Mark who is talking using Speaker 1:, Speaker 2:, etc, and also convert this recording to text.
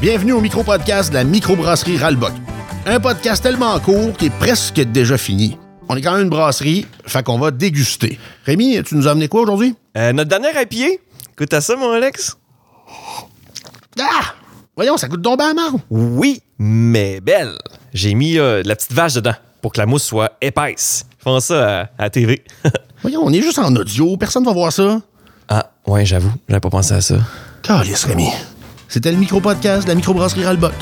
Speaker 1: Bienvenue au micro-podcast de la microbrasserie Ralbock. Un podcast tellement court qui est presque déjà fini. On est quand même une brasserie, fait qu'on va déguster. Rémi, tu nous as amené quoi aujourd'hui?
Speaker 2: Euh, notre dernière à pied. Écoute à ça, mon Alex.
Speaker 1: Ah! Voyons, ça coûte donc ben à marre.
Speaker 2: Oui, mais belle. J'ai mis euh, de la petite vache dedans pour que la mousse soit épaisse. Ils font ça à, à TV.
Speaker 1: Voyons, on est juste en audio, personne va voir ça.
Speaker 2: ah, ouais, j'avoue, j'avais pas pensé à ça.
Speaker 1: Calice, Rémi. C'était le micro-podcast de la microbrasserie Ralbock.